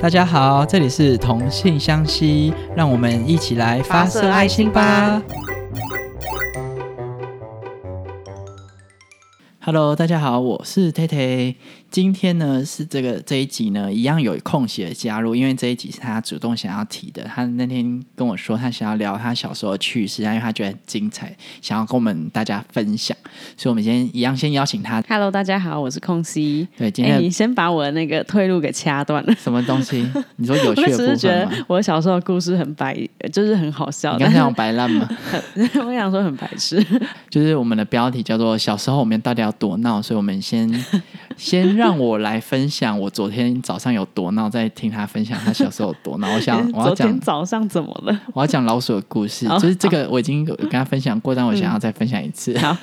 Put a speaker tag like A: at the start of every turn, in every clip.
A: 大家好，这里是同性相吸，让我们一起来发射爱心吧。Hello，大家好，我是 t 推。今天呢是这个这一集呢，一样有空隙的加入，因为这一集是他主动想要提的。他那天跟我说，他想要聊他小时候的趣事，因为他觉得很精彩，想要跟我们大家分享。所以，我们今天一样先邀请他。
B: Hello，大家好，我是空西。
A: 对，今
B: 哎、
A: 天
B: 你
A: 的
B: 先把我的那个退路给掐断了。
A: 什么东西？你说 有
B: 我
A: 趣
B: 只
A: 的
B: 是
A: 部
B: 觉
A: 分
B: 得
A: 吗？
B: 我小时候的故事很白，就是很好笑
A: 你
B: 的
A: 刚。才讲白烂吗？
B: 我想说很白痴，
A: 就是我们的标题叫做“小时候我们到底有多闹”，所以我们先 先让我来分享我昨天早上有多闹，再听他分享他小时候有多闹。我想我要
B: 昨天
A: 讲
B: 早上怎么了？
A: 我要讲老鼠的故事，
B: 哦
A: 就是这个我已经有跟他分享过，但我想要再分享一次，
B: 好，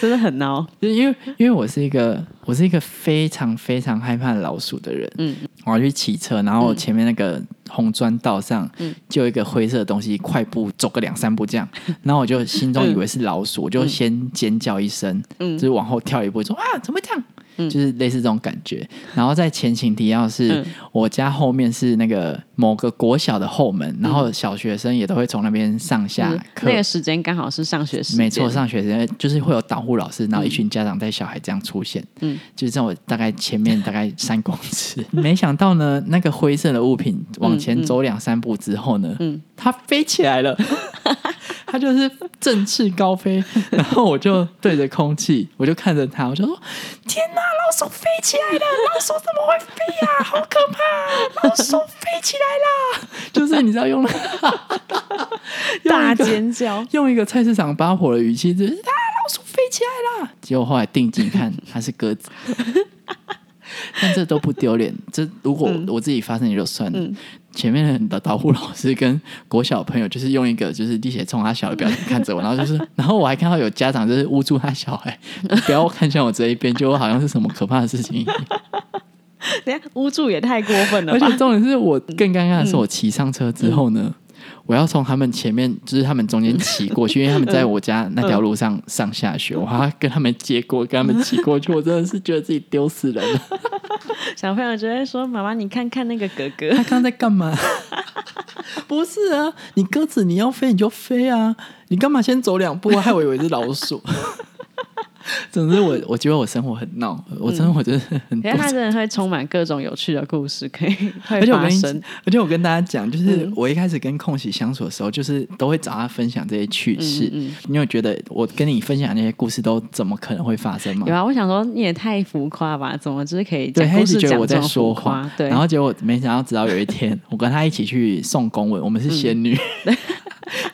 B: 真的很 孬。
A: 就是因为因为我是一个我是一个非常非常害怕老鼠的人，
B: 嗯，
A: 我要去骑车，然后前面那个红砖道上，
B: 嗯
A: 就有一个灰色的东西，快步走个两三步 这样，然后我就心中以为是老鼠，我就先尖叫一声，
B: 嗯
A: 就是往后跳一步，说啊怎么会这样？
B: 嗯
A: 就是类似这种感觉，然后在前情提要是、
B: 嗯
A: 我家后面是那个某个国小的后门，然后小学生也都会从那边上下
B: 嗯
A: 课，
B: 那个时间刚好是上学时间，
A: 没 错，上学生就是会有导护老师，然后一群家长带小孩这样出现，嗯
B: 嗯，
A: 就是在我大概前面大概三公 尺，没想到呢，那个灰色的物品往前走两三步之后呢，嗯
B: 嗯，
A: 它飞起来 了，它就是振翅高飞，然后我就对着空气，我就看着它，我就说：天哪，老鼠飞起来了！老鼠怎么会飞呀、好可怕！老鼠飞起来啦！就是你知道用了用
B: 大
A: 一个
B: 尖叫。
A: 用一个菜市场发火的语气，就是啊，老鼠飞起来啦！结果后来定睛一看，它是鸽子。但这都不丢脸，这如果我自己发生也就算了。前面的导护老师跟国小朋友就是用一个就是滴血冲他小的表情看着我，然后就是， 然后我还看到有家长就是捂住他小孩，不要看向我这一边，就好像是什么可怕的事情一样。
B: 等一下捂住也太过分了
A: 而
B: 吧
A: 且？重点是我更尴尬的是，我骑上车之后呢，我要从他们前面，就是他们中间骑过去，因为他们在我家那条路上上下学，我还要跟他们接过，跟他们骑过去，我真的是觉得自己丢死人了。
B: 小朋友就会说：“妈妈，你看看那个哥哥。
A: 他刚刚在干嘛？ 不是啊，你鸽子你要飞你就飞啊，你干嘛先走两步啊？害我以为是老鼠。 总之我，我觉得我生活很闹，我生活真的很”多
B: 等一下他真的会充满各种有趣的故事可以会
A: 而且我
B: 发
A: 跟你
B: 生。，嗯
A: 而且我跟大家讲，就是我一开始跟空喜相处的时候，就是都会找他分享这些趣
B: 嗯
A: 事。你有觉得我跟你分享那些故事都怎么可能会发生吗
B: 有？啊，我想说你也太浮夸吧？怎么就是可以
A: 对，
B: 讲
A: 他一
B: 故
A: 直
B: 事
A: 觉
B: 讲
A: 得我
B: 这
A: 在
B: 么浮
A: 说
B: 夸
A: 谎？，
B: 对，
A: 然后结果没想到，直到有一天， 我跟他一起去送公文，我们是
B: 嗯
A: 仙 女，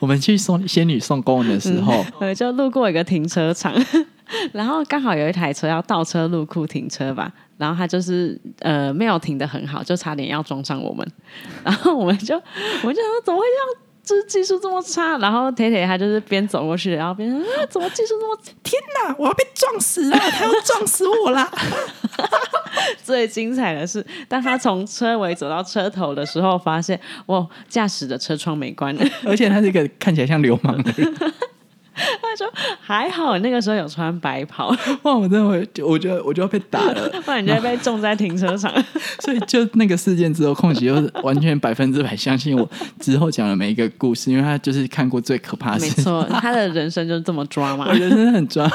A: 我们去送仙女送公文的时候，
B: 我就路过一个停车场， 然后刚好有一台车要倒车入库停车吧，然后他就是呃没有停的很好，就差点要撞上我们， 然后我们就我们就想说怎么会这样。就是技术这么差，然后铁铁他就是边走过去，然后边说、啊、怎么技术这么 差
A: 天哪，我要被撞死了，他要撞死我 啦！
B: 最精彩的是，当他从车尾走到车头的时候，发现哇，驾驶的车窗没关，
A: 而且他是一个看起来像流氓的人，
B: 他说还好那个时候有穿白袍，
A: 哇，我真的会，我觉得我就要被打了。
B: 不然你就会被种在停 车场。
A: 所以就那个事件之后，空姐就是完全百分之百相信我之后讲的每一个故事，因为她啊就是看过最可怕的
B: 没
A: 事。
B: 错，他的人生就是这么抓嘛
A: 我。人生很抓。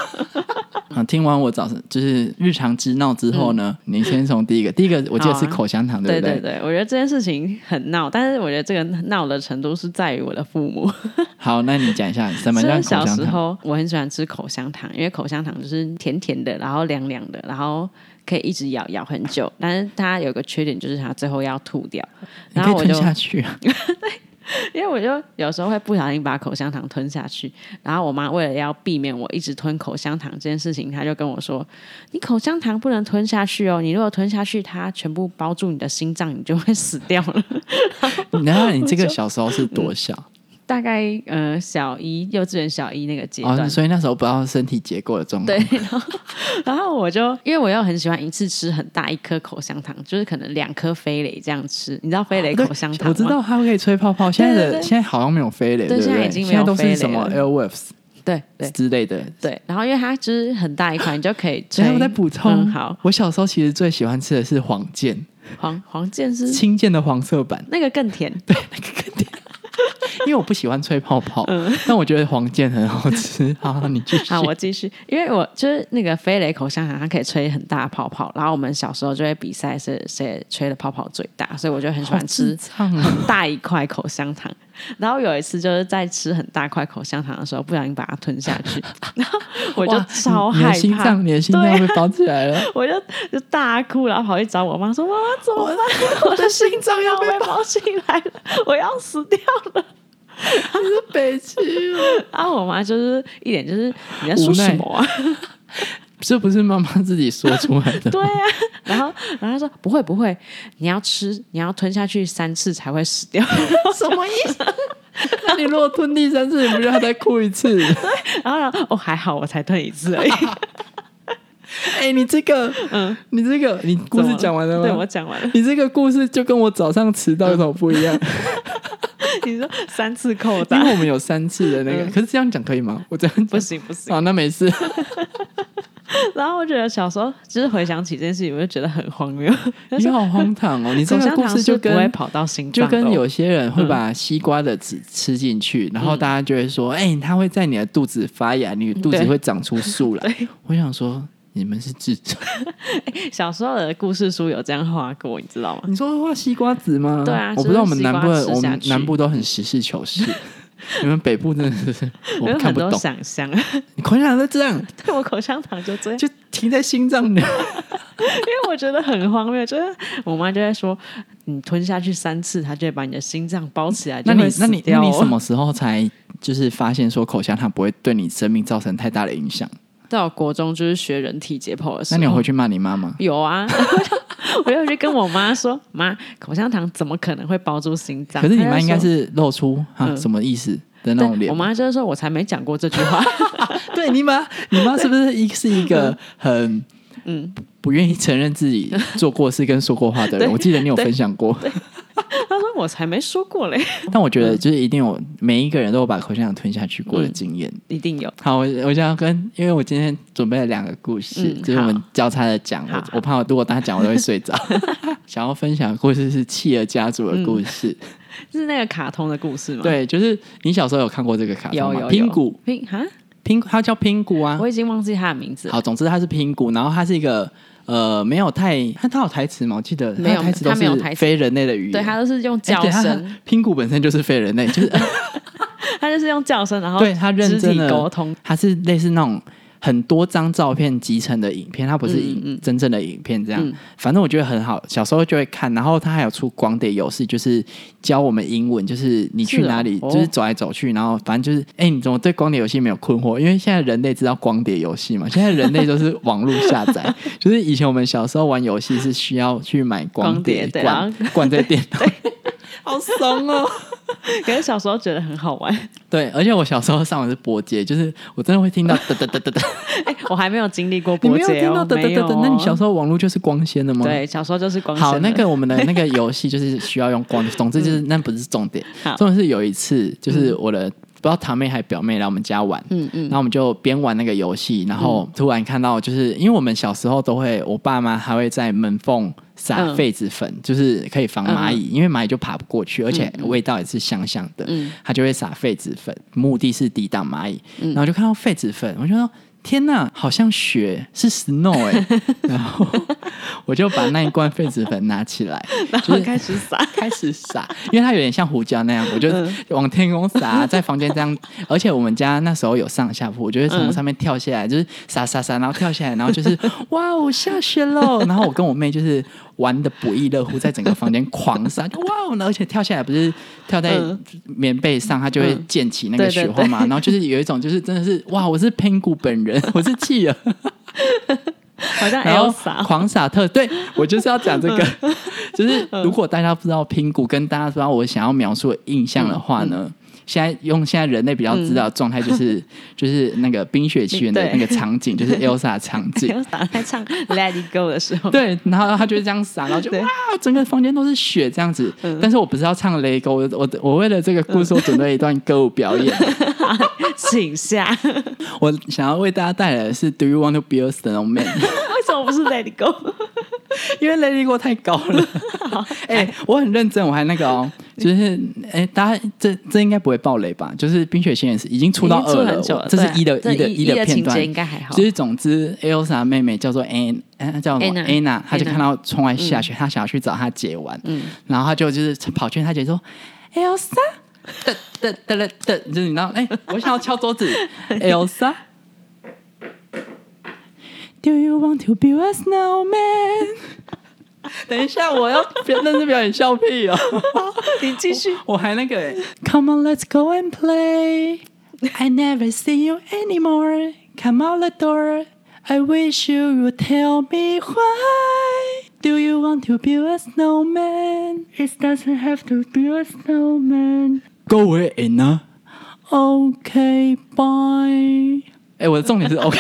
A: 啊，听完我早上就是日常之闹之后呢，你先从第一个，第一个我记得是口香糖，
B: 对
A: 不
B: 嗯啊对对，我觉得这件事情很闹，但是我觉得这个闹的程度是在于我的父母。
A: 好，那你讲一下什么
B: 就
A: 叫
B: 是
A: 口香
B: 小时
A: 糖？
B: 候我很喜欢吃口香糖，因为口香糖就是甜甜的，然后凉凉的，然后可以一直咬咬很久。但是它有个缺点就是它最后要吐掉，
A: 你
B: 然
A: 可
B: 后
A: 以
B: 我
A: 吞
B: 就
A: 下去啊。
B: 因为我就有时候会不小心把口香糖吞下去，然后我妈为了要避免我一直吞口香糖这件事情，她就跟我说：“你口香糖不能吞下去哦，你如果吞下去，它全部包住你的心脏，你就会死掉了。
A: 然后你这个小时候是多小？”
B: 大概呃小一幼稚园小一那个阶段，
A: 哦，所以那时候不知道身体结构的状况。
B: 对，然后然后我就因为我又很喜欢一次吃很大一颗口香糖，就是可能两颗飞雷这样吃，你知道飞雷口香糖吗？
A: 我知道它可以吹泡泡。现在
B: 对
A: 的
B: 对
A: 现在好像没有飞雷，
B: 对
A: 不
B: 现在
A: 对？
B: 已经没有
A: 现在都是什么
B: 飞
A: airwaves
B: 对对
A: 之类的
B: 对，然后因为它就是很大一块，你就可以
A: 所
B: 吹。
A: 以我再补充、
B: 嗯好，
A: 我小时候其实最喜欢吃的是黄健，
B: 黄黄健是
A: 轻健的黄色 版，
B: 那个更甜，
A: 对，那个更甜。因为我不喜欢吹泡泡，但我觉得黄健很好吃。好，你继续。
B: 嗯好，我继续，因为我就是那个飞雷口香糖，它可以吹很大的泡泡，然后我们小时候就会比赛谁谁吹的泡泡最大，所以我就很喜欢吃
A: 好智障啊
B: 很大一块口香糖。然后有一次就是在吃很大块口香糖的时候，不小心把它吞下去，然后我就
A: 哇
B: 超
A: 你你
B: 害
A: 的心
B: 怕
A: 脏，，你的心
B: 对
A: 脏
B: 啊
A: 被包起来 了。
B: 我就就大哭，然后跑去找我妈说：“妈妈怎么
A: 我
B: 办？
A: 的心脏要被
B: 被包起来了，我要死掉了。
A: 你是北极哦，”
B: 然啊后我妈就是一脸就是你在说
A: 无奈
B: 什么啊？
A: 这不是妈妈自己说出来的。
B: 对啊，然后然后她说不会不会，你要吃，你要吞下去三次才会 死掉。
A: 什么意思？那你如果吞第三次，你不就要再哭一 次？
B: 然后然后哦还好我才吞一 次而已。
A: 哎、你这个，嗯，你这个，你故事讲完了吗？
B: 对我讲完了。
A: 你这个故事就跟我早上迟到有什么不一样？
B: 你说三次扣
A: 因
B: 打
A: 为我们有三次的那个，可是这样讲可以吗？我这样讲
B: 嗯不行不行。
A: 啊，那没事。
B: 然后我觉得小时候就是回想起这件事情，我就觉得很荒谬。
A: 你好荒唐哦！你这
B: 口
A: 个
B: 香
A: 故
B: 糖
A: 事
B: 是
A: 就
B: 不会
A: 跟
B: 跑到心
A: 就
B: 脏的哦，嗯
A: 跟有些人会把西瓜的籽吃进去，然后大家就会说：“哎、它会在你的肚子发芽，你的肚子
B: 对
A: 会长出树来。
B: 对”
A: 我想说，你们是智障？
B: 小时候的故事书有这样画过，你知道吗？
A: 你说画西瓜籽吗？
B: 对啊
A: 我不知道我们南部
B: 就是
A: 的，
B: 西
A: 我
B: 瓜吃下
A: 们
B: 去
A: 南部都很实事求是， 你们北部真的是我们
B: 有
A: 看
B: 很
A: 不
B: 多
A: 懂。
B: 想象，
A: 你口香糖都这样，
B: 对我口香糖就这样，
A: 就停在心脏里。
B: 因为我觉得很荒谬，就是我妈就在说，你吞下去三次，她就会把你的心脏包起来，
A: 那
B: 就
A: 你
B: 会
A: 那
B: 死
A: 你那
B: 掉哦
A: 你什？么时候才就是发现说口香糖不会对你生命造成太大的影响？
B: 到国中就是学人体解剖的时
A: 那
B: 候，
A: 你有回去骂你妈吗？
B: 有啊， 我就去跟我妈说，妈，口香糖怎么可能会包住心脏？
A: 可是你妈
B: 她就
A: 应该
B: 说。
A: 是露出啊
B: 嗯
A: 什么意思的那种
B: 对，
A: 脸
B: 我。妈就是说，我才没讲过这句话。
A: 对你 妈，你妈是不是一是一个很嗯
B: 嗯
A: 不愿意承认自己做过事跟说过话的人？
B: 对
A: 我记得你有分享过，
B: 她说我才没说过嘞，
A: 但我觉
B: 嗯
A: 得就是一定有每一个人都有把口香糖吞下去过的经验。
B: 一定有。
A: 好，我我想要跟，因为我今天准备了两个故事，
B: 嗯
A: 就是我们
B: 好
A: 交叉的讲，
B: 好
A: 我
B: 好
A: 我怕我如果大家讲我都会睡 着。想要分享的故事是企鹅家族的故
B: 嗯
A: 事，
B: 是那个卡通的故事吗？，
A: 对，就是你小时候有看过这个卡通
B: 有
A: 吗？
B: 有有
A: 拼骨，
B: 拼哈，
A: 拼它叫拼骨啊，
B: 我已经忘记他的名字了。
A: 好，总之它是拼骨，然后它是一个呃没有太它它有台词吗？我记得它
B: 没有
A: 的台词都
B: 它没有台
A: 是
B: 词
A: 非人类的语言，
B: 对他都是用
A: 哎
B: 叫
A: 对它
B: 声，
A: 拼骨本身就是非人类， 就是
B: 他就是用叫声，然后
A: 对它认
B: 肢
A: 真
B: 体
A: 的
B: 沟通，，
A: 它是类似那种。很多张照片集成的影片，它不是
B: 嗯
A: 影、
B: 嗯
A: 真正的影片，这样、反正我觉得很好。小时候就会看，然后它还有出光碟游戏，就是教我们英文，就是你去
B: 是哦
A: 哪里，
B: 哦
A: 就是走来走去，然后反正就是，哎、你怎么对光碟游戏没有困惑？因为现在人类知道光碟游戏嘛，现在人类都是网络下载，就是以前我们小时候玩游戏是需要去买光
B: 光碟
A: 碟
B: 对
A: 灌
B: 然后
A: 灌在电脑，好怂哦。
B: 可是小时候觉得很好玩。
A: 对，而且我小时候上的是波街，就是我真的会听到哒哒哒哒哒，
B: 哎， 我还没有经历过
A: 你
B: 波
A: 没有
B: 姐
A: 听
B: 哦
A: 到，哒哒
B: 没有
A: 哒
B: 哦
A: 哒？那你小时候网络就是光纤的吗？。
B: 对小时候就是光
A: 好，
B: 声
A: 那
B: 的嗯
A: 个我们的 那个游戏就是需要用光，总之就是那不是重点
B: 好，
A: 重点是有一次就是我的不知道堂妹还表妹来我们家玩，
B: 嗯嗯
A: 然后我们就边玩那个游戏，然后突然看到就是因为我们小时候都会，我爸妈还会在门缝撒
B: 嗯
A: 痱子粉，就是可以防蚂蚁，因为蚂蚁就爬不过去，而且味道也是香香的，
B: 嗯
A: 他就会撒痱子粉，目的是抵挡蚂蚁，然后就看到痱子粉，我就说。天呐，好像雪是 snow 哎、 然后我就把那一罐痱子粉拿起来，
B: 然
A: 就
B: 后
A: 是
B: 开始撒，
A: 开始撒，因为它有点像胡椒那样，我就
B: 嗯
A: 往天空撒，在房间这样。而且我们家那时候有上下铺，我就会
B: 嗯
A: 从上面跳下来，就是撒撒撒，然后跳下来，然后就是哇哦下雪喽！然后我跟我妹就是玩的不亦乐乎，在整个房间狂撒，就哇哦！而且跳下来不是跳在
B: 嗯
A: 棉被上，它就会
B: 嗯
A: 溅起那个
B: 对对
A: 雪花嘛。然后就是有一种就是真的是哇，我是喷谷本人，我是企鹅。
B: 好像
A: 然后
B: Elsa
A: 狂撒特，对我就是要讲这个，
B: 嗯
A: 就是如果大家不知道拼骨，跟大家知道我想要描述的印象的话
B: 嗯
A: 呢，现在用现在人类比较知道的状态，就是、 就是那个《冰雪奇缘》的
B: 对
A: 那个场景，就是 Elsa 的场 景。
B: Elsa 在唱 Let It Go 的时候，
A: 对，然后他就这样撒，然后就
B: 对嗯
A: 哇，整个房间都是雪这样子。但是我不是要唱雷歌，我我我为了这个故事，我准备一段歌舞表演。
B: 嗯请下，
A: 我想要为大家带来的是《Do You Want to Be a Snowman》。
B: 为什么不是 Let It Go？
A: 因为 Lady Go 太高 了。哎、我很认真，我还那个哦，就是哎、大家这这应该不会爆雷吧？就是《冰雪奇缘》是已经出到
B: 已经
A: 二
B: 出
A: 了，
B: 很久了
A: 我这是
B: 对
A: 一的
B: 这
A: 一的
B: 一一
A: 的
B: 的
A: 片
B: 情
A: 段，
B: 节应该还好
A: 就是总之，Elsa 妹妹叫做 An，n 叫什么
B: Anna
A: Anna，她嗯就
B: Anna
A: 看到窗外下雪，她想要去找她姐玩，然后她就就是跑去她姐说，Elsa。噔 噔噔噔噔，就是你知道， 哎、我想要敲桌子，Elsa。Do you want to build a snowman？等一下，我 要表认真表演笑屁哦！
B: 你继续。
A: 我还那个、欸、，Come on, let's go and play. I never see you anymore. Come out the door. I wish you would tell me why. Do you want to build a snowman? It doesn't have to be a snowman. Go away, Anna. OK, bye. 哎、我的重点 是 OK。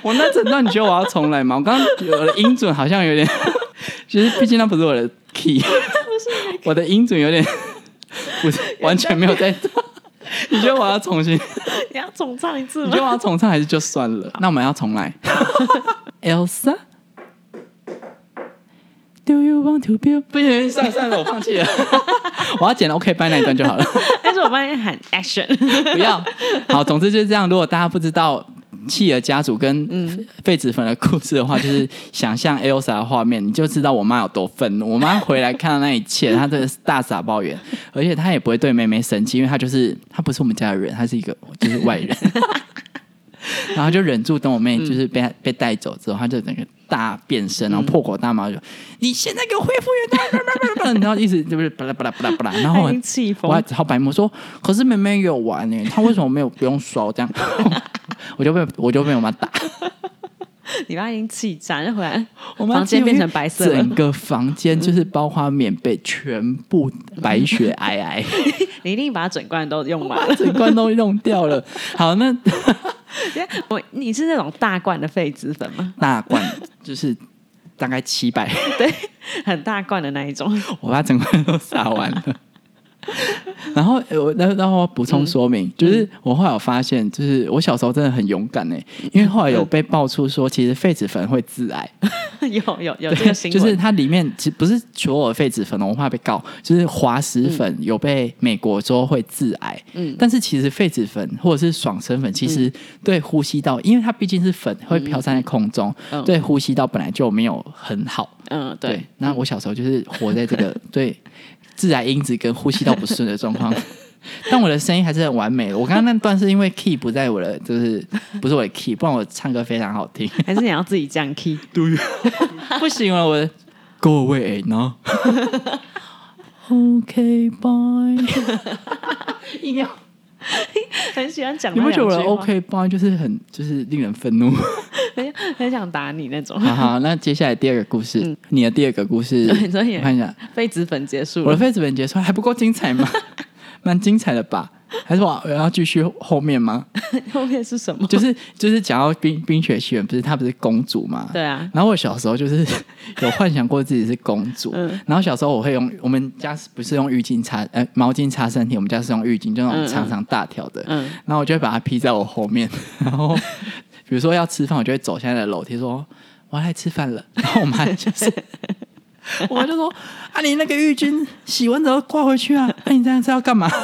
A: 我那整段你觉得我要重来吗？我刚刚我的音准好像有点， 其实毕竟那不是我的 key。我的音准有 点不是完全没有在。 你觉得我要重 新？你
B: 你要重唱一次
A: 觉得
B: 吗？
A: 我要重唱还是就算了？那我们要重 来。Elsa。Do you want to be？不行，算了算了，我放弃了。 我要剪了 OK 班那一段就好了，
B: 但是我发现喊 action，
A: 不要。好，总之就是这样。如果大家不知道弃儿家族跟痱子粉的故事的话，就是想象 Elsa 的画面，你就知道我妈有多愤怒。我妈回来看到那一切，她真的是大傻抱怨，而且她也不会对妹妹生气，因为她就是她不是我们家的人，她是一个就是外人。然后就忍住，等我妹就是被、被带走之后，她就整个大变身，然后破口大骂，就、你现在给我恢复原状，然后一直就是巴拉巴拉巴拉巴拉，然后
B: 他
A: 我
B: 已经气
A: 我还
B: 疯。
A: 好白目说，可是妹妹有玩呢、她为什么没有不用收 这样？我就被我就被我妈打，
B: 你妈已经气炸，就回来
A: 我妈
B: 房间变成白色了
A: 整个房间就是包括棉被全部白雪皑皑，
B: 你一定把整罐都用完 了。
A: 整罐都弄掉了。好，那
B: 我你是那种大罐的痱子粉吗？
A: 大罐就是大概七 百，
B: 很大罐的那一种。
A: 我把整罐都撒完了。然后呃我那然后我补充说
B: 嗯
A: 明，就是我后来有发现，就是我小时候真的很勇敢呢、因为后来有被爆出说，其实痱子粉会致癌。
B: 有有有这个新闻，
A: 就是它里面其实不是所有的痱子粉哦，我怕被告，就是滑
B: 嗯
A: 石粉有被美国说会致癌，嗯，但是其实痱子粉或者是爽身粉，其实对呼吸道，因为它毕竟是粉，会飘散在空中，
B: 嗯嗯
A: 对呼吸道本来就没有很好。
B: 嗯，对，
A: 那我小时候就是活在这 个对致癌因子跟呼吸道不顺的状况。但我的声音还是很完美的。我刚刚那段是因为 key 不在我的，就是不是我的 key，不然我唱歌非常好听。
B: 还是你要自己降 key。
A: 不行了，我的 Go away now。OK bye，硬要
B: 很喜欢讲
A: 你
B: 那
A: 不觉得
B: 两
A: 我的
B: 句话
A: OK bye 就是很就是令人愤 怒？
B: 很很想打你那种。
A: 好好，那接下来第二个故事，你的第二个故事，
B: 对嗯 所以嗯
A: 我看一下，
B: 痱子粉结束
A: 我的
B: 了，
A: 痱子本结束还不够精彩吗？ 蛮精彩的吧？还是我我要继续后面吗？
B: 后面是什么？
A: 就是就是讲到冰冰雪奇缘，不是她不是公主嘛？
B: 对啊，
A: 然后我小时候就是 有幻想过自己是公主，
B: 嗯
A: 然后小时候我会用我们家是不是用浴巾擦呃毛巾擦身体，我们家是用浴巾，就那
B: 嗯嗯
A: 种长长大条的，
B: 嗯
A: 然后我就会把它披在我后面，然后比如说要吃饭，我就会走下来的楼梯说我要来吃饭了，然后我妈就是 我妈就说啊你那个浴巾洗完之后挂回去啊，那、你这样是要干嘛？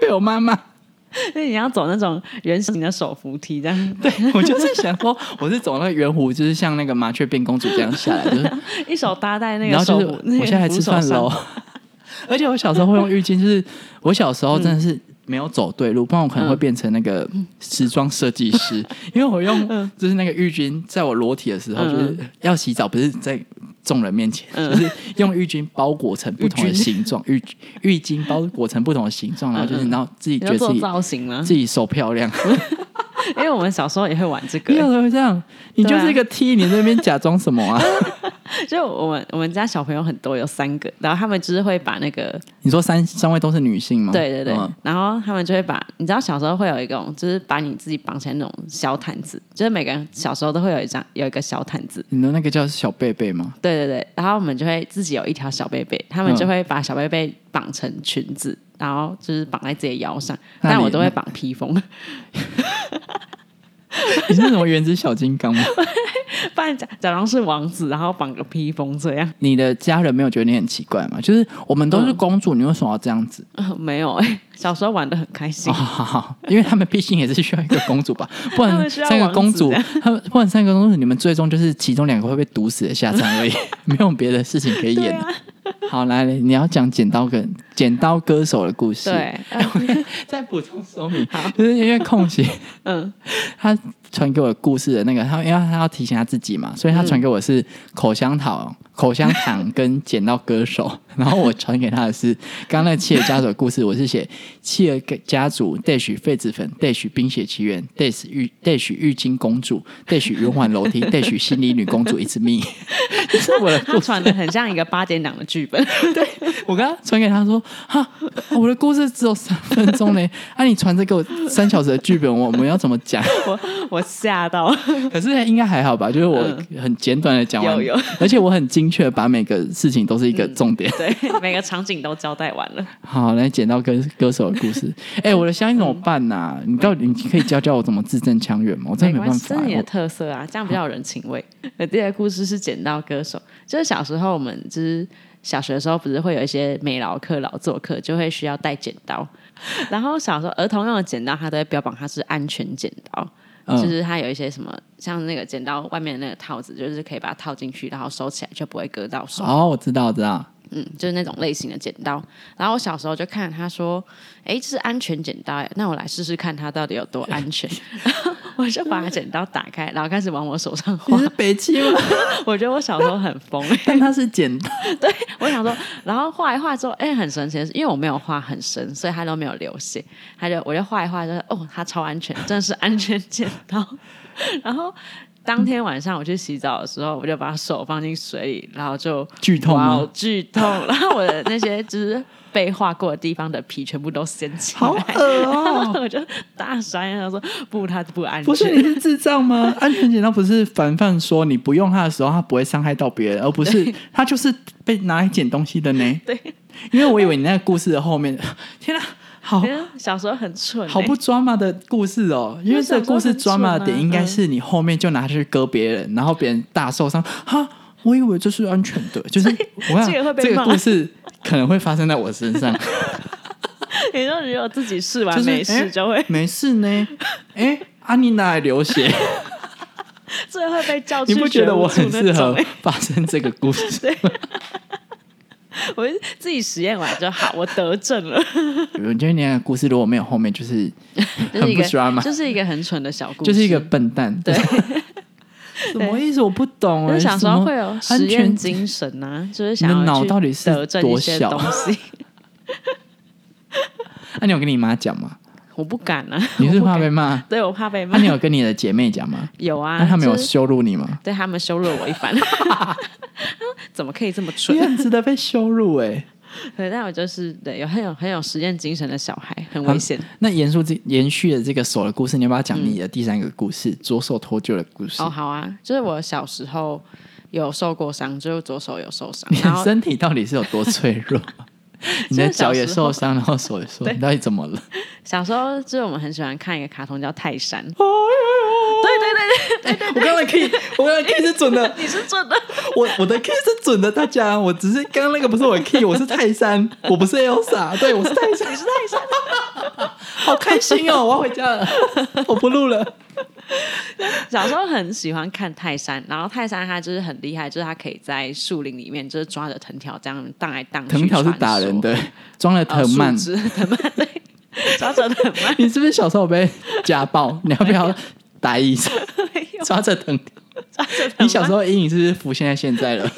A: 被我妈骂。
B: 所以你要走那种圆形的手扶梯这样，
A: 对，我就是想说，我是走那个圆弧，就是像那个麻雀变公主这样下来，就是
B: 一手搭在那
A: 然
B: 个
A: 后就
B: 手
A: 是
B: 扶，那个
A: 我现在还
B: 扶
A: 吃
B: 手
A: 饭
B: 上
A: 喽。 而且我小时候会用浴巾，就是我小时候真
B: 嗯
A: 的是没有走对路，不然我可能会变成那个时装设计 师，因为我用就是那个浴巾，在我裸体的时候，
B: 嗯
A: 就是要洗澡，不是在众人面前， 就是用浴巾包裹成不同的形状，浴浴巾包裹成不同的形状，然后就是然后自己
B: 嗯你
A: 觉得
B: 要
A: 自
B: 做
A: 己
B: 造型吗？
A: 自己手漂亮。
B: 因为我们小时候也会玩这
A: 你有
B: 个，
A: 时候会这样，你
B: 对
A: 就
B: 啊
A: 是一个 T，你在那边假装什么啊？
B: 就我们我们家小朋友很多，有三个，然后他们就是会把那个，
A: 你说三三位都是女性吗？
B: 对对对
A: 嗯，
B: 然后他们就会把，你知道小时候会有一种，就是把你自己绑起来那种小毯子，就是每个人小时候都会有一张有一个小毯子，
A: 你的那个叫小贝贝吗？
B: 对对对，然后我们就会自己有一条小贝贝，他们
A: 嗯
B: 就会把小贝贝绑成裙子，然后就是绑在自己的腰上，
A: 那你
B: 但我都会绑披风。
A: 你是什么原子小金刚吗？
B: 不然假假装是王子，然后绑个披风这样。
A: 你的家人没有觉得你很奇怪吗？就是我们都是公主，你为什么要这样子？
B: 呃、没有哎、小时候玩的很开心
A: 哦，。好好， 因为他们毕竟也是需要一个公主 吧，不
B: 他
A: 然
B: 们需要
A: 三个公主
B: 王，
A: 他们不然三个公主，你们最终就是其中两个会被毒死的下场 而已，没有别的事情可以
B: 对
A: 演
B: 啊
A: 了。，好，来，来你要讲剪刀跟剪刀歌手的故事。
B: 对，
A: 再补充说明， 就是因为空姐
B: 嗯，
A: 她传给我的故事的那个，她因为她要提醒她自己嘛，所以她传给我是口香糖、口香糖跟剪刀歌手， 然后我传给她的是刚刚那个企鹅家族的故事，我是写企鹅家族 dash 痱子粉 dash 冰雪奇缘 dash 玉 dash 玉巾公主 dash 圆环楼梯 dash 心理女公主 it's me，这 是我的故
B: 他
A: 事
B: 传的很像一个八点档的剧本。
A: 我刚刚传给他说：“哈，哦我的故事只有三分钟呢， 啊，你传这给我三小时的剧本，我我们要怎么讲？
B: 我我吓到，
A: 可是应该还好吧？就是我很简短的讲完，
B: 有有
A: 而且我很精确地把每个事情都是一个重点。
B: 对，每个场景都交代完了。
A: 好，来捡到歌歌手的故事。哎、我的乡音怎么办呐、你到底你可以教教我怎么字正腔圆吗？我真的没
B: 关
A: 办
B: 系，
A: 法
B: 这是你
A: 欸、
B: 的特色 啊，这样比较有人情味。 我第二个故事是剪刀歌手，就是小时候我们就是小学的时候，不是会有一些美劳课、劳作课，就会需要带剪刀。 然后小时候儿童用的剪刀，它都会标榜它是安全剪刀，
A: 嗯
B: 就是它有一些什么像那个剪刀外面的那个套子，就是可以把它套进去，然后收起来就不会割到手。
A: 我哦，我知道，我知道。
B: 嗯，就是那种类型的剪刀。然后我小时候就看他说，哎，这是安全剪刀哎，那我来试试看它到底有多安全。 然后我就把剪刀打开，然后开始往我手上
A: 你
B: 画。
A: 是北七吗？
B: 我觉得我小时候很疯，
A: 但他是剪刀，
B: 我想说，然后画一画之后，哎，很神奇的是，因为我没有画很深，所以它都没有流血。他就我就画一画，就是哦，它超安全，真的是安全剪刀。 然后当天晚上我去洗澡的时候，我就把手放进水里，然后就
A: 剧痛
B: 哇
A: 吗
B: 哦，剧痛！然后我的那些就是被划过的地方的皮全部都掀起
A: 好
B: 来，
A: 恶哦、
B: 然后我就大摔，然后说不，它不安全。
A: 不是你是智障 吗？啊安全剪刀不是凡凡说你不用它的时候，它不会伤害到别人，而不是它就是被拿来捡东西的呢？
B: 对，
A: 因为我以为你那个故事的后面，天啊，好
B: 觉得小时候很蠢、欸，
A: 好不抓马的故事哦，因为这个故事抓马的点应该是你后面就拿去割别人，然后别人大受伤，哈。我以为这是安全 的，就是我想
B: 这个会被
A: 这个
B: 骂
A: 故事可能会发生在我身 上，
B: 你说只有自己试
A: 就
B: 完
A: 是哎
B: 没事
A: 诶
B: 就会，
A: 没事呢，哎，阿妮娜还流血，
B: 最后会被叫去
A: 你不觉得我很
B: 学务处
A: 适
B: 那种
A: 合
B: 欸
A: 发生这个故 事？
B: 我自己实验完就好，我得证 了，
A: 我觉得你那个故事如果没有后面，就是
B: 就是一
A: 很不 drama
B: 个就是一个很蠢的小故事，
A: 就是一个笨蛋。
B: 对，
A: 什么意思？我不懂
B: 就
A: 哎。
B: 是想
A: 什么
B: 说会有
A: 安
B: 实验
A: 全
B: 精神啊，就是
A: 你
B: 想
A: 的
B: 要
A: 脑
B: 去
A: 到底是
B: 得证一
A: 多
B: 些
A: 小
B: 东西，
A: 那、啊你有跟你妈讲 吗？
B: 我不敢啊，
A: 你是
B: 我不
A: 怕
B: 敢
A: 被骂？
B: 对我怕被骂
A: 那、你有跟你的姐妹讲吗？
B: 有啊，
A: 那、她没有
B: 就是
A: 羞辱你吗？
B: 对他们羞辱我一番， 怎么可以这么
A: 你
B: 蠢？
A: 很值得被羞辱哎、
B: 欸对，但我就是对有很有很有实验精神的小孩，很危险。
A: 那延续这延续的这个手的故事，你要不要讲你的第三个故事？左手脱臼的故事。
B: 嗯哦，好啊，就是我小时候有受过伤，就是左手有受伤
A: 你，
B: 然
A: 的
B: 后
A: 身体到底是有多脆 弱？你的脚也
B: 就是小时候
A: 受伤，然后手也受伤，你到底怎 么了？
B: 小时候就是我们很喜欢看一个卡通叫《泰山》，
A: 对对对 对对我刚才 key，我刚才 key 是准的，
B: 你是真 的？
A: 我我的 key 是准的，大家，我只是刚刚那个不是我的 key，我是泰山，我不是 Elsa，对我是泰山，你是泰山， 好开心哦，我要回家了，我不录了。
B: 小时候很喜欢看泰山，然后泰山它就是很厉害，就是它可以在树林里面就是抓着藤条这样荡来荡去，
A: 藤条是打人，的，装了藤蔓。
B: 哦、树枝藤蔓 对，抓着藤蔓。
A: 你是不是小时候被家 暴？你要不要打一下？
B: 没有
A: 抓着藤条，
B: 抓着藤
A: 你小时
B: 候
A: 候阴影是不是浮现在现在了？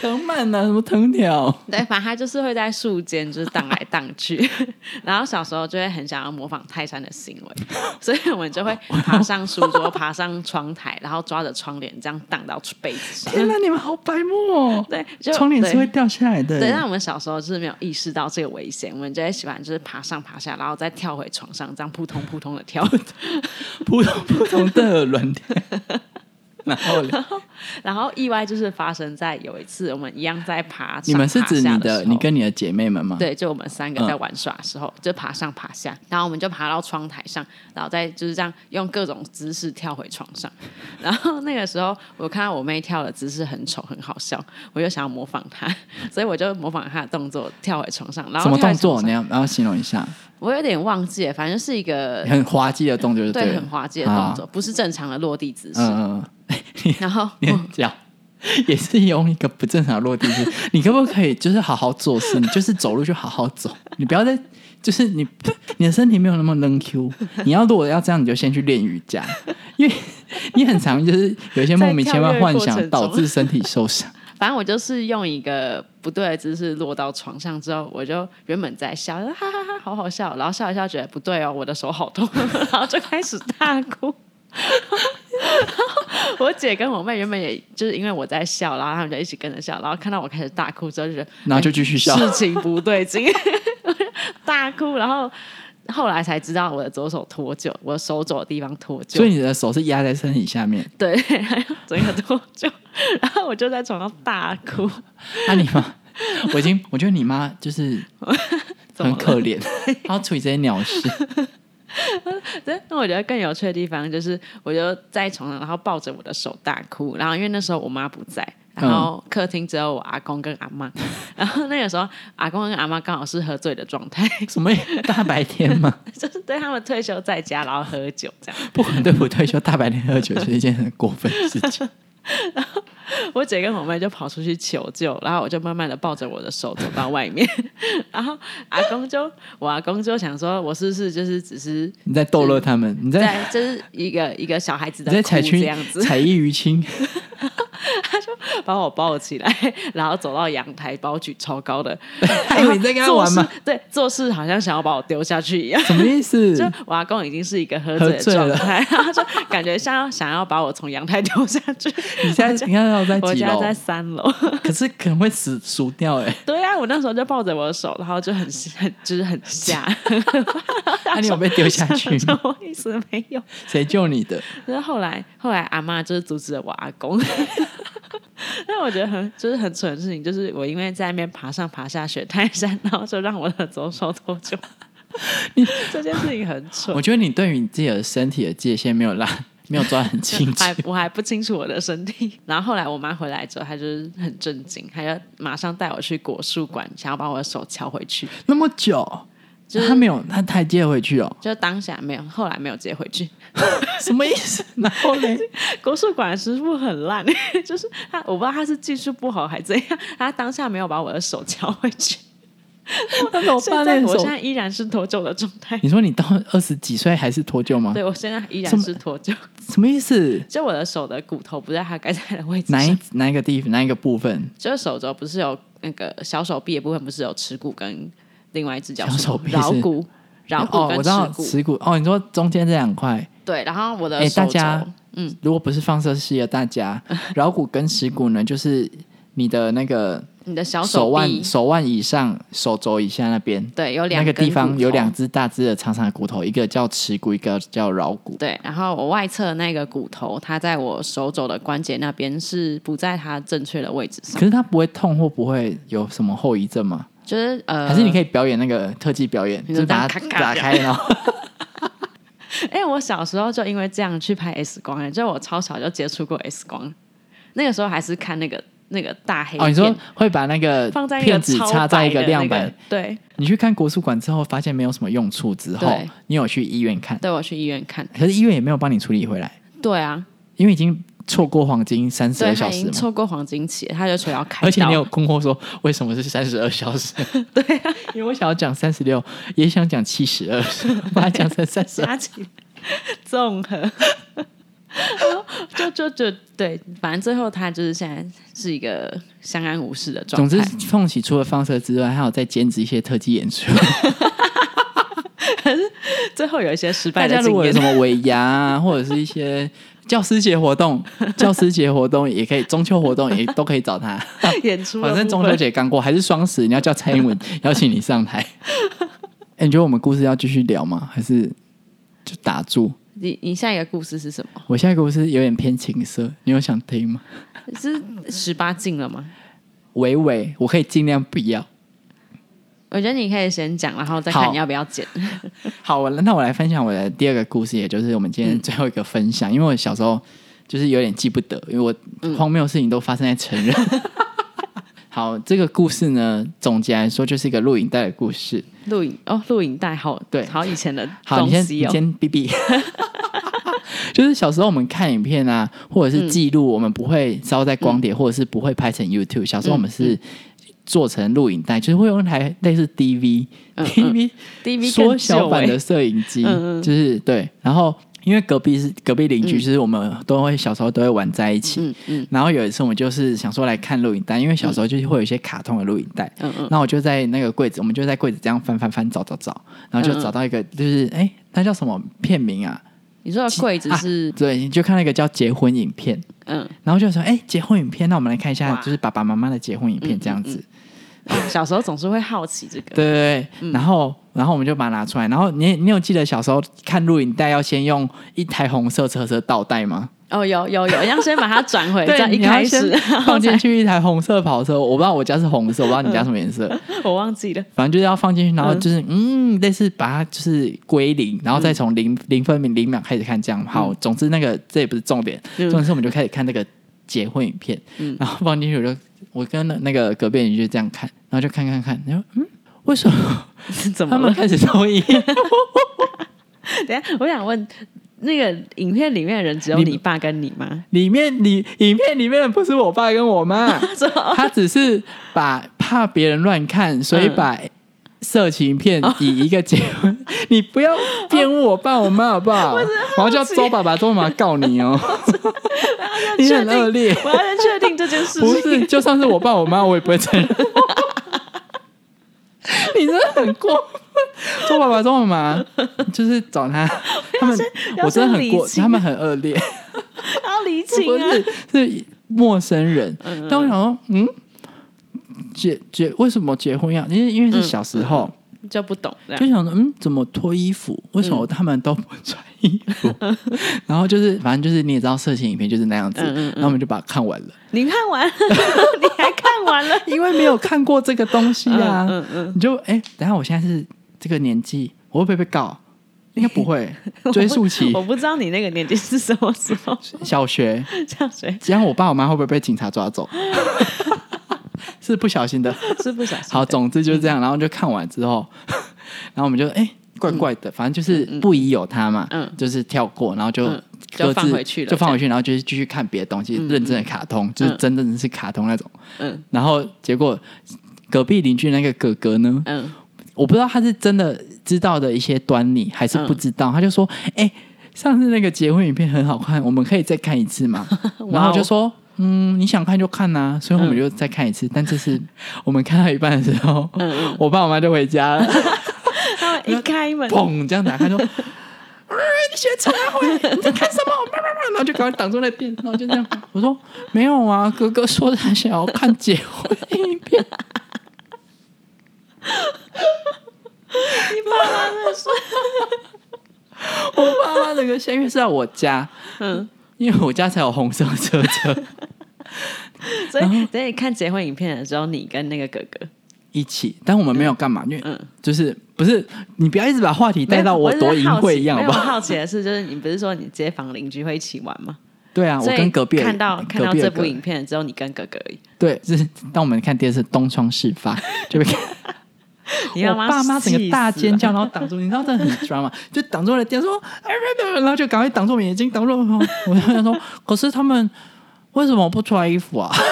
A: 藤蔓呢、啊？什么藤条？
B: 对，反正它就是会在树间就是荡来荡去， 然后小时候就会很想要模仿泰山的行为，所以我们就会爬上书桌、爬上窗台，然后抓着窗帘这样荡到被子上。
A: 天哪、哎你们好白目哦！
B: 对，就
A: 窗帘是
B: 对
A: 会掉下来的。
B: 对，但我们小时候就是没有意识到这个危险，我们就会喜欢就是爬上爬下，然后再跳回床上，这样扑通扑通的跳。
A: 扑通扑通的软掉。然后嘞
B: 然后意外就是发生在有一次我们一样在爬 上，
A: 你们是指
B: 爬下
A: 你
B: 的
A: 的
B: 时候
A: 你跟你的姐妹们吗？，
B: 对，就我们三个
A: 嗯
B: 在玩耍的时候，就爬上爬下，然后我们就爬到窗台上，然后再就是这样用各种姿势跳回床上。 然后那个时候，我看到我妹跳的姿势很丑，很好笑，我就想要模仿她， 所以我就模仿她的动作跳回床上。然后
A: 什么
B: 跳回
A: 动作？
B: 床
A: 你
B: 上？
A: 要然后形容一下，
B: 我有点忘记了，反正是一个
A: 很滑稽的动作就
B: 对
A: 了啊
B: 很。滑稽的动作，不是正常的落地姿势。
A: 嗯嗯嗯，你
B: 然后
A: 你很假，也是用一个不正常的落地姿势。你可不可以就是好好做事？你就是走路就好好走，你不要再就是你你的身体没有那么能 Q。你 要如果要这样，你就先去练瑜伽，因为你很常就是有一些莫名其妙的幻
B: 在跳跃
A: 想
B: 的过
A: 导
B: 程中
A: 致身体受伤。
B: 反正我就是用一个不对的姿势落到床上之后，我就原本在笑，哈哈哈好好笑。然后笑一笑，觉得不对哦，我的手好痛， 然后就开始大哭。然后我姐跟我妹原本也就是因为我在笑，然后他们就一起跟着笑，然后看到我开始大哭之后，就觉得哎
A: 然后就继续笑
B: 事情不对劲， 大哭。然后后来才知道我的左手脱臼，我的手肘的地方脱臼
A: 所，以你的手是压在身体下 面。
B: 对，还有整个脱臼。然后我就在床上大哭。
A: 那、你妈，我已经我觉得你妈就是
B: 怎
A: 很
B: 么了
A: 可 怜，她要处理这些鸟事。
B: 对，那我觉得更有趣的地方就是，我就在床上，然后抱着我的手大哭，然后因为那时候我妈不在，然
A: 嗯
B: 后客厅只有我阿公跟阿妈， 然后那个时候阿公跟阿妈刚好是喝醉的状态，
A: 什么大白天嘛，
B: 就是对他们退休在家，然后喝酒这样。
A: 不管对不对，就大白天喝酒是一件很过分的事情。
B: 我姐跟我妹就跑出去求救，然后我就慢慢的抱着我的手走到外面， 然后阿公就我阿公就想说，我是不是就是只是
A: 你在逗乐他们，你在
B: 在就是一个一个小孩子
A: 你
B: 的
A: 在
B: 哭
A: 采
B: 这
A: 取
B: 样子，
A: 采意于 亲，
B: 把我抱起来， 然后走到阳台，把我举超 高的。
A: 还以为哎你在跟他玩嘛
B: 做事？对，做事好像想要把我丢下去一样。
A: 什么意思？
B: 就我阿公已经是一个喝
A: 喝
B: 醉的
A: 醉
B: 状
A: 了
B: 态， 然后就感觉像想要把我从阳台丢下去。
A: 你现在你看到在
B: 我
A: 几
B: 家
A: 楼？
B: 在三楼，
A: 可是可能会死熟掉哎、
B: 对啊，我那时候就抱着我的手，然后就很很就是很 吓。
A: 那、啊你有被丢下去
B: 什
A: 吗？
B: 么意思？没有。
A: 谁救你 的？
B: 就是后来后来阿妈就是阻止了我阿公。 但我觉得很就是很蠢的事情，就是我因为在那边爬上爬下雪泰山， 然后就让我的左手脱臼。这件事情很蠢
A: 我，觉得你对于你自己的身体的界限没有拉，没有抓得很清 楚
B: 还。我还不清楚我的身体。然后后来我妈回来之后，她就是很震惊，她就马上带我去果树馆，想要把我的手敲回去。
A: 那么久，
B: 就是
A: 他没有，他台阶回去哦，
B: 就当下没有，后来没有接回去。
A: 什么意思？ 然后 嘞，
B: 国术馆的师傅很烂， 就是他，我不知道他是技术不好还是怎样，他当下没有把我的手敲回去。
A: 那怎么
B: 现
A: 办
B: 在
A: 呢？
B: 我
A: 手
B: 现在依然是脱臼的状态，
A: 你说你到二十几岁还是脱臼吗？
B: 对我现在依
A: 这
B: 然
A: 么
B: 是脱臼，
A: 什么意思？
B: 就我的手的骨头不在它该在的位置
A: 哪
B: 上
A: 一。哪一个地方哪一个部分？
B: 就是手肘不是有那个小手臂的部分，不是有耻骨跟另外一只脚
A: 小
B: 什么
A: 手臂是
B: 桡骨、桡骨
A: 哦，
B: 跟
A: 我知道
B: 耻骨。
A: 耻骨哦，你说中间这两块，
B: 对，然后我的
A: 哎
B: 手
A: 大
B: 肘，
A: 家
B: 嗯，
A: 如果不是放射系的，大 家桡骨跟耻骨呢，就是你的那个
B: 你的小
A: 手
B: 臂
A: 腕、，手腕以上、手肘以下那边，
B: 对，有
A: 那
B: 两
A: 个
B: 根
A: 地方
B: 骨
A: 有
B: 头
A: 两只大只的长长的骨头，一个叫耻骨，一个叫桡骨。
B: 对，然后我外侧那个骨头，它在我手肘的关节那边是不在它正确的位置上，
A: 可是它不会痛或不会有什么后遗症吗？
B: 就是呃，
A: 还是你可以表演那个特技表演，
B: 你
A: 就
B: 说
A: 是把它
B: 这样咔咔
A: 打开，然后
B: 哎、我小时候就因为这样去拍 X 光、哎，就我超小就接触过 X 光，那个时候还是看那个那个大黑片，
A: 哦，你说会把那个
B: 放在一个
A: 片子
B: 超
A: 插在
B: 白
A: 一个
B: 的
A: 亮
B: 那
A: 板
B: 对
A: 你去看国术馆之后，发现没有什么用处之后
B: 对，
A: 你有去医院看，
B: 对，我去医院看，
A: 可是医院也没有帮你处理回来，
B: 对啊，
A: 因为已经错过黄金三十
B: 对
A: 二
B: 他
A: 小
B: 已
A: 时
B: 经
A: 嘛。
B: 错过黄金期了，他就说要开刀，
A: 而且你有困惑说为什么是三十二小时？对、因为我想要讲三十六，也想讲七十二，把它讲成三十二。
B: 加起来 综合， 就就就对，反正最后他就是现在是一个相安无事的状
A: 总之
B: 态，，
A: 凤喜除了放射之外，还有在兼职一些特技演出。
B: 最后有一些失败
A: 大
B: 的
A: 家如
B: 经
A: 果有
B: 验
A: 什。么尾牙啊， 或者是一些教师节活 动、教师节活动也可以，中秋活动也都可以找 他。
B: 演出的
A: 反正
B: 部
A: 中秋
B: 分
A: 节刚过，还是双十，你要叫蔡英文邀请你 上台。哎、你觉得我们故事要继续聊吗？还是就打住？
B: 你你下一个故事是什么？
A: 我下一个故事有点偏情色，你有想听吗？
B: 是十八禁了吗？
A: 微微，我可以尽量不要。
B: 我觉得你可以先讲，然后再看
A: 好
B: 你要不要 剪。
A: 好，我那我来分享我的第二个故事，也就是我们今天
B: 嗯
A: 最后一个分享。因为我小时候就是有点记不得，因为我荒谬的事情都发生在成人。 好，这个故事呢，总结来说就是一个录影带的故事。
B: 录影哦，录影带好
A: 对
B: 好以前的
A: 好，
B: 东
A: 你先
B: 西
A: 你
B: 哦。
A: 先哔哔。 就是小时候我们看影片啊，或者是记录，我们不会烧在光
B: 嗯
A: 碟，或者是不会拍成 YouTube。小时候我们是做成录影带，就是会用一台类似 DV、DV
B: 嗯 DV
A: 缩
B: 更
A: 小
B: 旧
A: 版的
B: 欸，
A: 摄影机，
B: 嗯嗯
A: 就是对。然后因为隔壁是隔壁邻居，就是我们都会小时候都会玩在一起。
B: 嗯嗯
A: 然后有一次我们就是想说来看录影带，因为小时候就是会有一些卡通的录影带。
B: 嗯嗯，
A: 那我就在那个柜子，我们就在柜子这样翻翻翻找找找，然
B: 嗯
A: 后就找到一个，就是哎、那叫什么片名啊？
B: 你说的柜子是
A: 对，就看那个叫结婚影片，
B: 嗯，
A: 然后就说哎、结婚影片，那我们来看一下，
B: 哇嗯
A: 就是爸爸妈妈的结婚影片这样子。
B: 小时候总是会好奇这个，
A: 对对对，
B: 嗯
A: 然后然后我们就把它拿出来，然后你你有记得小时候看录影带要先用一台红色车车倒带吗？
B: 哦，有有有，要先把它转 回，这样一
A: 你要
B: 开始
A: 先 放进去一台红色跑车，我不知道我家是红色，我不知道你家什么颜色，
B: 我忘记了，
A: 反正就是要放进去，然后就是嗯类似把它就是归零，然后再从零、零分零零秒开始看这样。好，总之那个这也不是重点，
B: 嗯
A: 重点是我们就开始看那个结婚影片，然后放进去我就我跟那那个隔壁邻居这样看，然后就看看看，然后嗯为什么
B: 怎么
A: 他
B: 了
A: 们？开始抽烟？
B: 等一下，我想问，那个影片里面的人只有
A: 你
B: 你爸跟你 妈？
A: 里面里影片里面的不是我爸跟我 妈，
B: 哦
A: 他只是把怕别人乱看，所
B: 嗯
A: 以把色情片以一个结
B: 哦
A: 婚， 你不要玷污我爸我妈好不好？我要叫周爸爸周妈妈告你 哦，你很恶劣，
B: 我要先确定这件事
A: 不
B: 情。
A: 是就算是我爸我妈，我也不会承 认。你真的很过分，周爸爸周妈妈就是找他，他们
B: 要
A: 我真的
B: 先
A: 很过
B: 理，清
A: 他们很恶劣。
B: 要离情
A: 不
B: 啊！
A: 是是陌生人。但我想说，嗯，结结为什么结婚要？因为因为是小时
B: 嗯
A: 候，
B: 就不懂这样
A: 就想说，嗯，怎么脱衣服？为什
B: 嗯
A: 么他们都不穿衣 服？然后就是，反正就是你也知道，色情影片就是那样子。
B: 嗯嗯嗯
A: 然后我们就把它看完了，
B: 你看完， 你还看完了，
A: 因为没有看过这个东西啊。
B: 嗯嗯
A: 你就哎、等一下我现在是这个年纪，我会不会被告？应该不 会，追溯期
B: 我不知道你那个年纪是什么时 候
A: 小学，
B: 这样谁
A: 这样我爸我妈会不会被警察抓走？ 是不小心的。
B: 是不 小心的
A: 好，总之就是这
B: 嗯
A: 样。然后就看完之后， 然后我们就哎、怪怪的，反正就是不疑有他嘛，
B: 嗯
A: 就是跳过，然后就
B: 嗯
A: 各自、
B: 就放回去了
A: 就放回去，然后就是继续看别的东西，认真的卡通，就是真正的是卡通那种。
B: 嗯
A: 然后结果隔壁邻居那个哥哥呢，
B: 嗯
A: 我不知道他是真的知道的一些端倪，还是不知道，他就说：“哎、上次那个结婚影片很好看，我们可以再看一次吗？”然后我就说。嗯，你想看就看呐、所以我们就再看一次。但这次 我们看到一半的时候，我爸我妈就回家了，
B: 他们一开门，
A: 砰这样打开说：“啊，你学陈阿辉，你在看什么？” 叭叭叭，然后就赶快挡住那电，然后就这样。我说：“没有啊，哥哥说他想要看结婚影片。”
B: 你爸妈真的是，
A: 我爸妈整个先因为是在我家，
B: 嗯，
A: 因为我家才有红色车车
B: 所以所以看结婚影片的时候，你跟那个哥哥
A: 一起，但我们没有干嘛，因为
B: 嗯
A: 就是不是你不要一直把话题带到
B: 没有
A: 多
B: 是
A: 淫
B: 好
A: 秽
B: 奇
A: 一样，好
B: 没有
A: 不
B: 我
A: 好？
B: 好奇的是，就是你不是说你街坊邻居会一起玩吗？
A: 对啊，我
B: 所以
A: 跟隔壁的
B: 看到看到
A: 隔壁
B: 这
A: 的
B: 部
A: 哥
B: 影片之后，你跟哥哥而已，
A: 对，就是当我们看电视东窗事发，就被
B: 你爸
A: 我爸妈整
B: 气
A: 个
B: 死
A: 大尖
B: 了
A: 叫，然后挡住，你知道这很 drama，就挡住了电视说，哎，不要不要然后就赶快挡住我们眼睛，挡住我们，我就想说，可是他们为什么不穿衣服啊？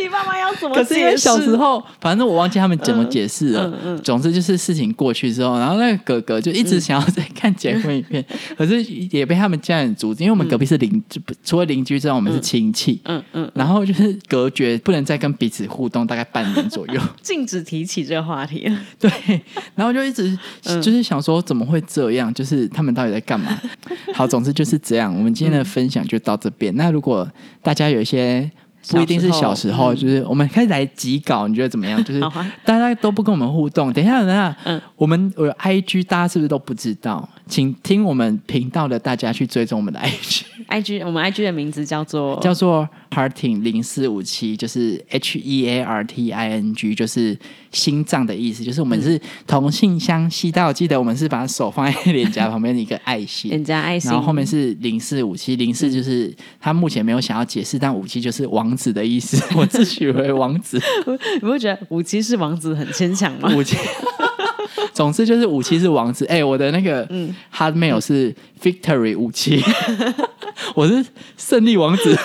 B: 你爸妈要怎么
A: 可是因为
B: 解释？
A: 小时候，反正我忘记他们怎么解释了。
B: 嗯嗯
A: 总之就是事情过去之后，然后那个哥哥就一直想要再看结婚影片， 可是也被他们家人阻止，因为我们隔壁是邻，就不除了邻居之外，我们是亲戚。
B: 嗯嗯，
A: 然后就是隔绝，不能再跟彼此互动，大概半年左右。
B: 禁止提起这个话题了。
A: 对，然后就一直就是想说怎么会这样，就是他们到底在干嘛？好，总之就是这样。我们今天的分享就到这边。那如果大家有一些不一定是小时候，就是我们开始来急稿，你觉得怎么样？就是
B: 好啊
A: 大家都不跟我们互动。等一下，等一下，
B: 嗯
A: 我们我有 IG 大家是不是都不知道？请听我们频道的大家去追踪我们的 IG，、
B: IG 我们 IG 的名字叫做
A: 叫做 Harting 零四五七，就是 H E A R T I N G，就是心脏的意思，就是我们是同性相吸。大家有记得我们是把手放在脸颊旁边的一个爱心，
B: 人家 爱心
A: 然，后后面是零四五七，零四就是他目前没有想要解释，但五七就是王子的意思，我自诩为王子。
B: 你不会觉得五七是王子很牵强吗？
A: 五七， 总之就是五七是王子。哎、我的那个 Hotmail 是 Victory 五七， 我是胜利王子。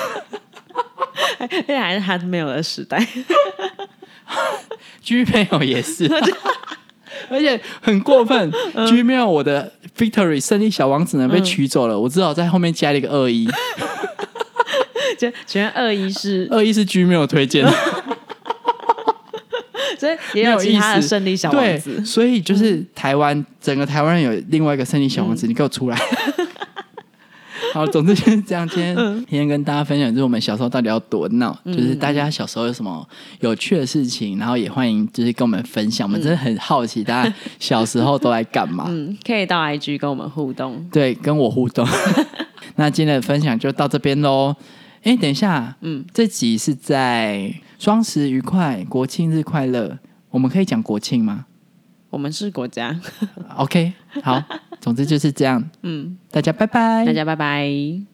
B: 现 在还是 Hotmail 的时代，
A: Gmail 也是、 而且很过分、g
B: 嗯
A: m a i l 我的 Victory 胜利小王子呢被取走
B: 嗯
A: 了，我只好在后面加了一个二一，
B: 就全二一 是，
A: 二一是 Gmail 推荐的。
B: 所以也有其他的胜 利小王子嗯
A: 对，。所以就是台湾整个台湾人有另外一个胜利小王子，你给我 出来。好，总之就是这样。今天
B: 嗯
A: 今天跟大家分享，就是我们小时候到底有多闹，就是大家小时候有什么有趣的事情，然后也欢迎就是跟我们分享。我们真的很好奇，大家小时候都在干嘛？
B: 嗯，可以到 IG 跟我们互动。
A: 对，跟我互动。那今天的分享就到这边喽。哎，等一下，嗯，这集是在双十愉快，国庆日快乐。我们可以讲国庆吗？
B: 我们是国家，
A: OK，好，总之就是这样。
B: 嗯，
A: 大家拜拜，
B: 大家拜拜。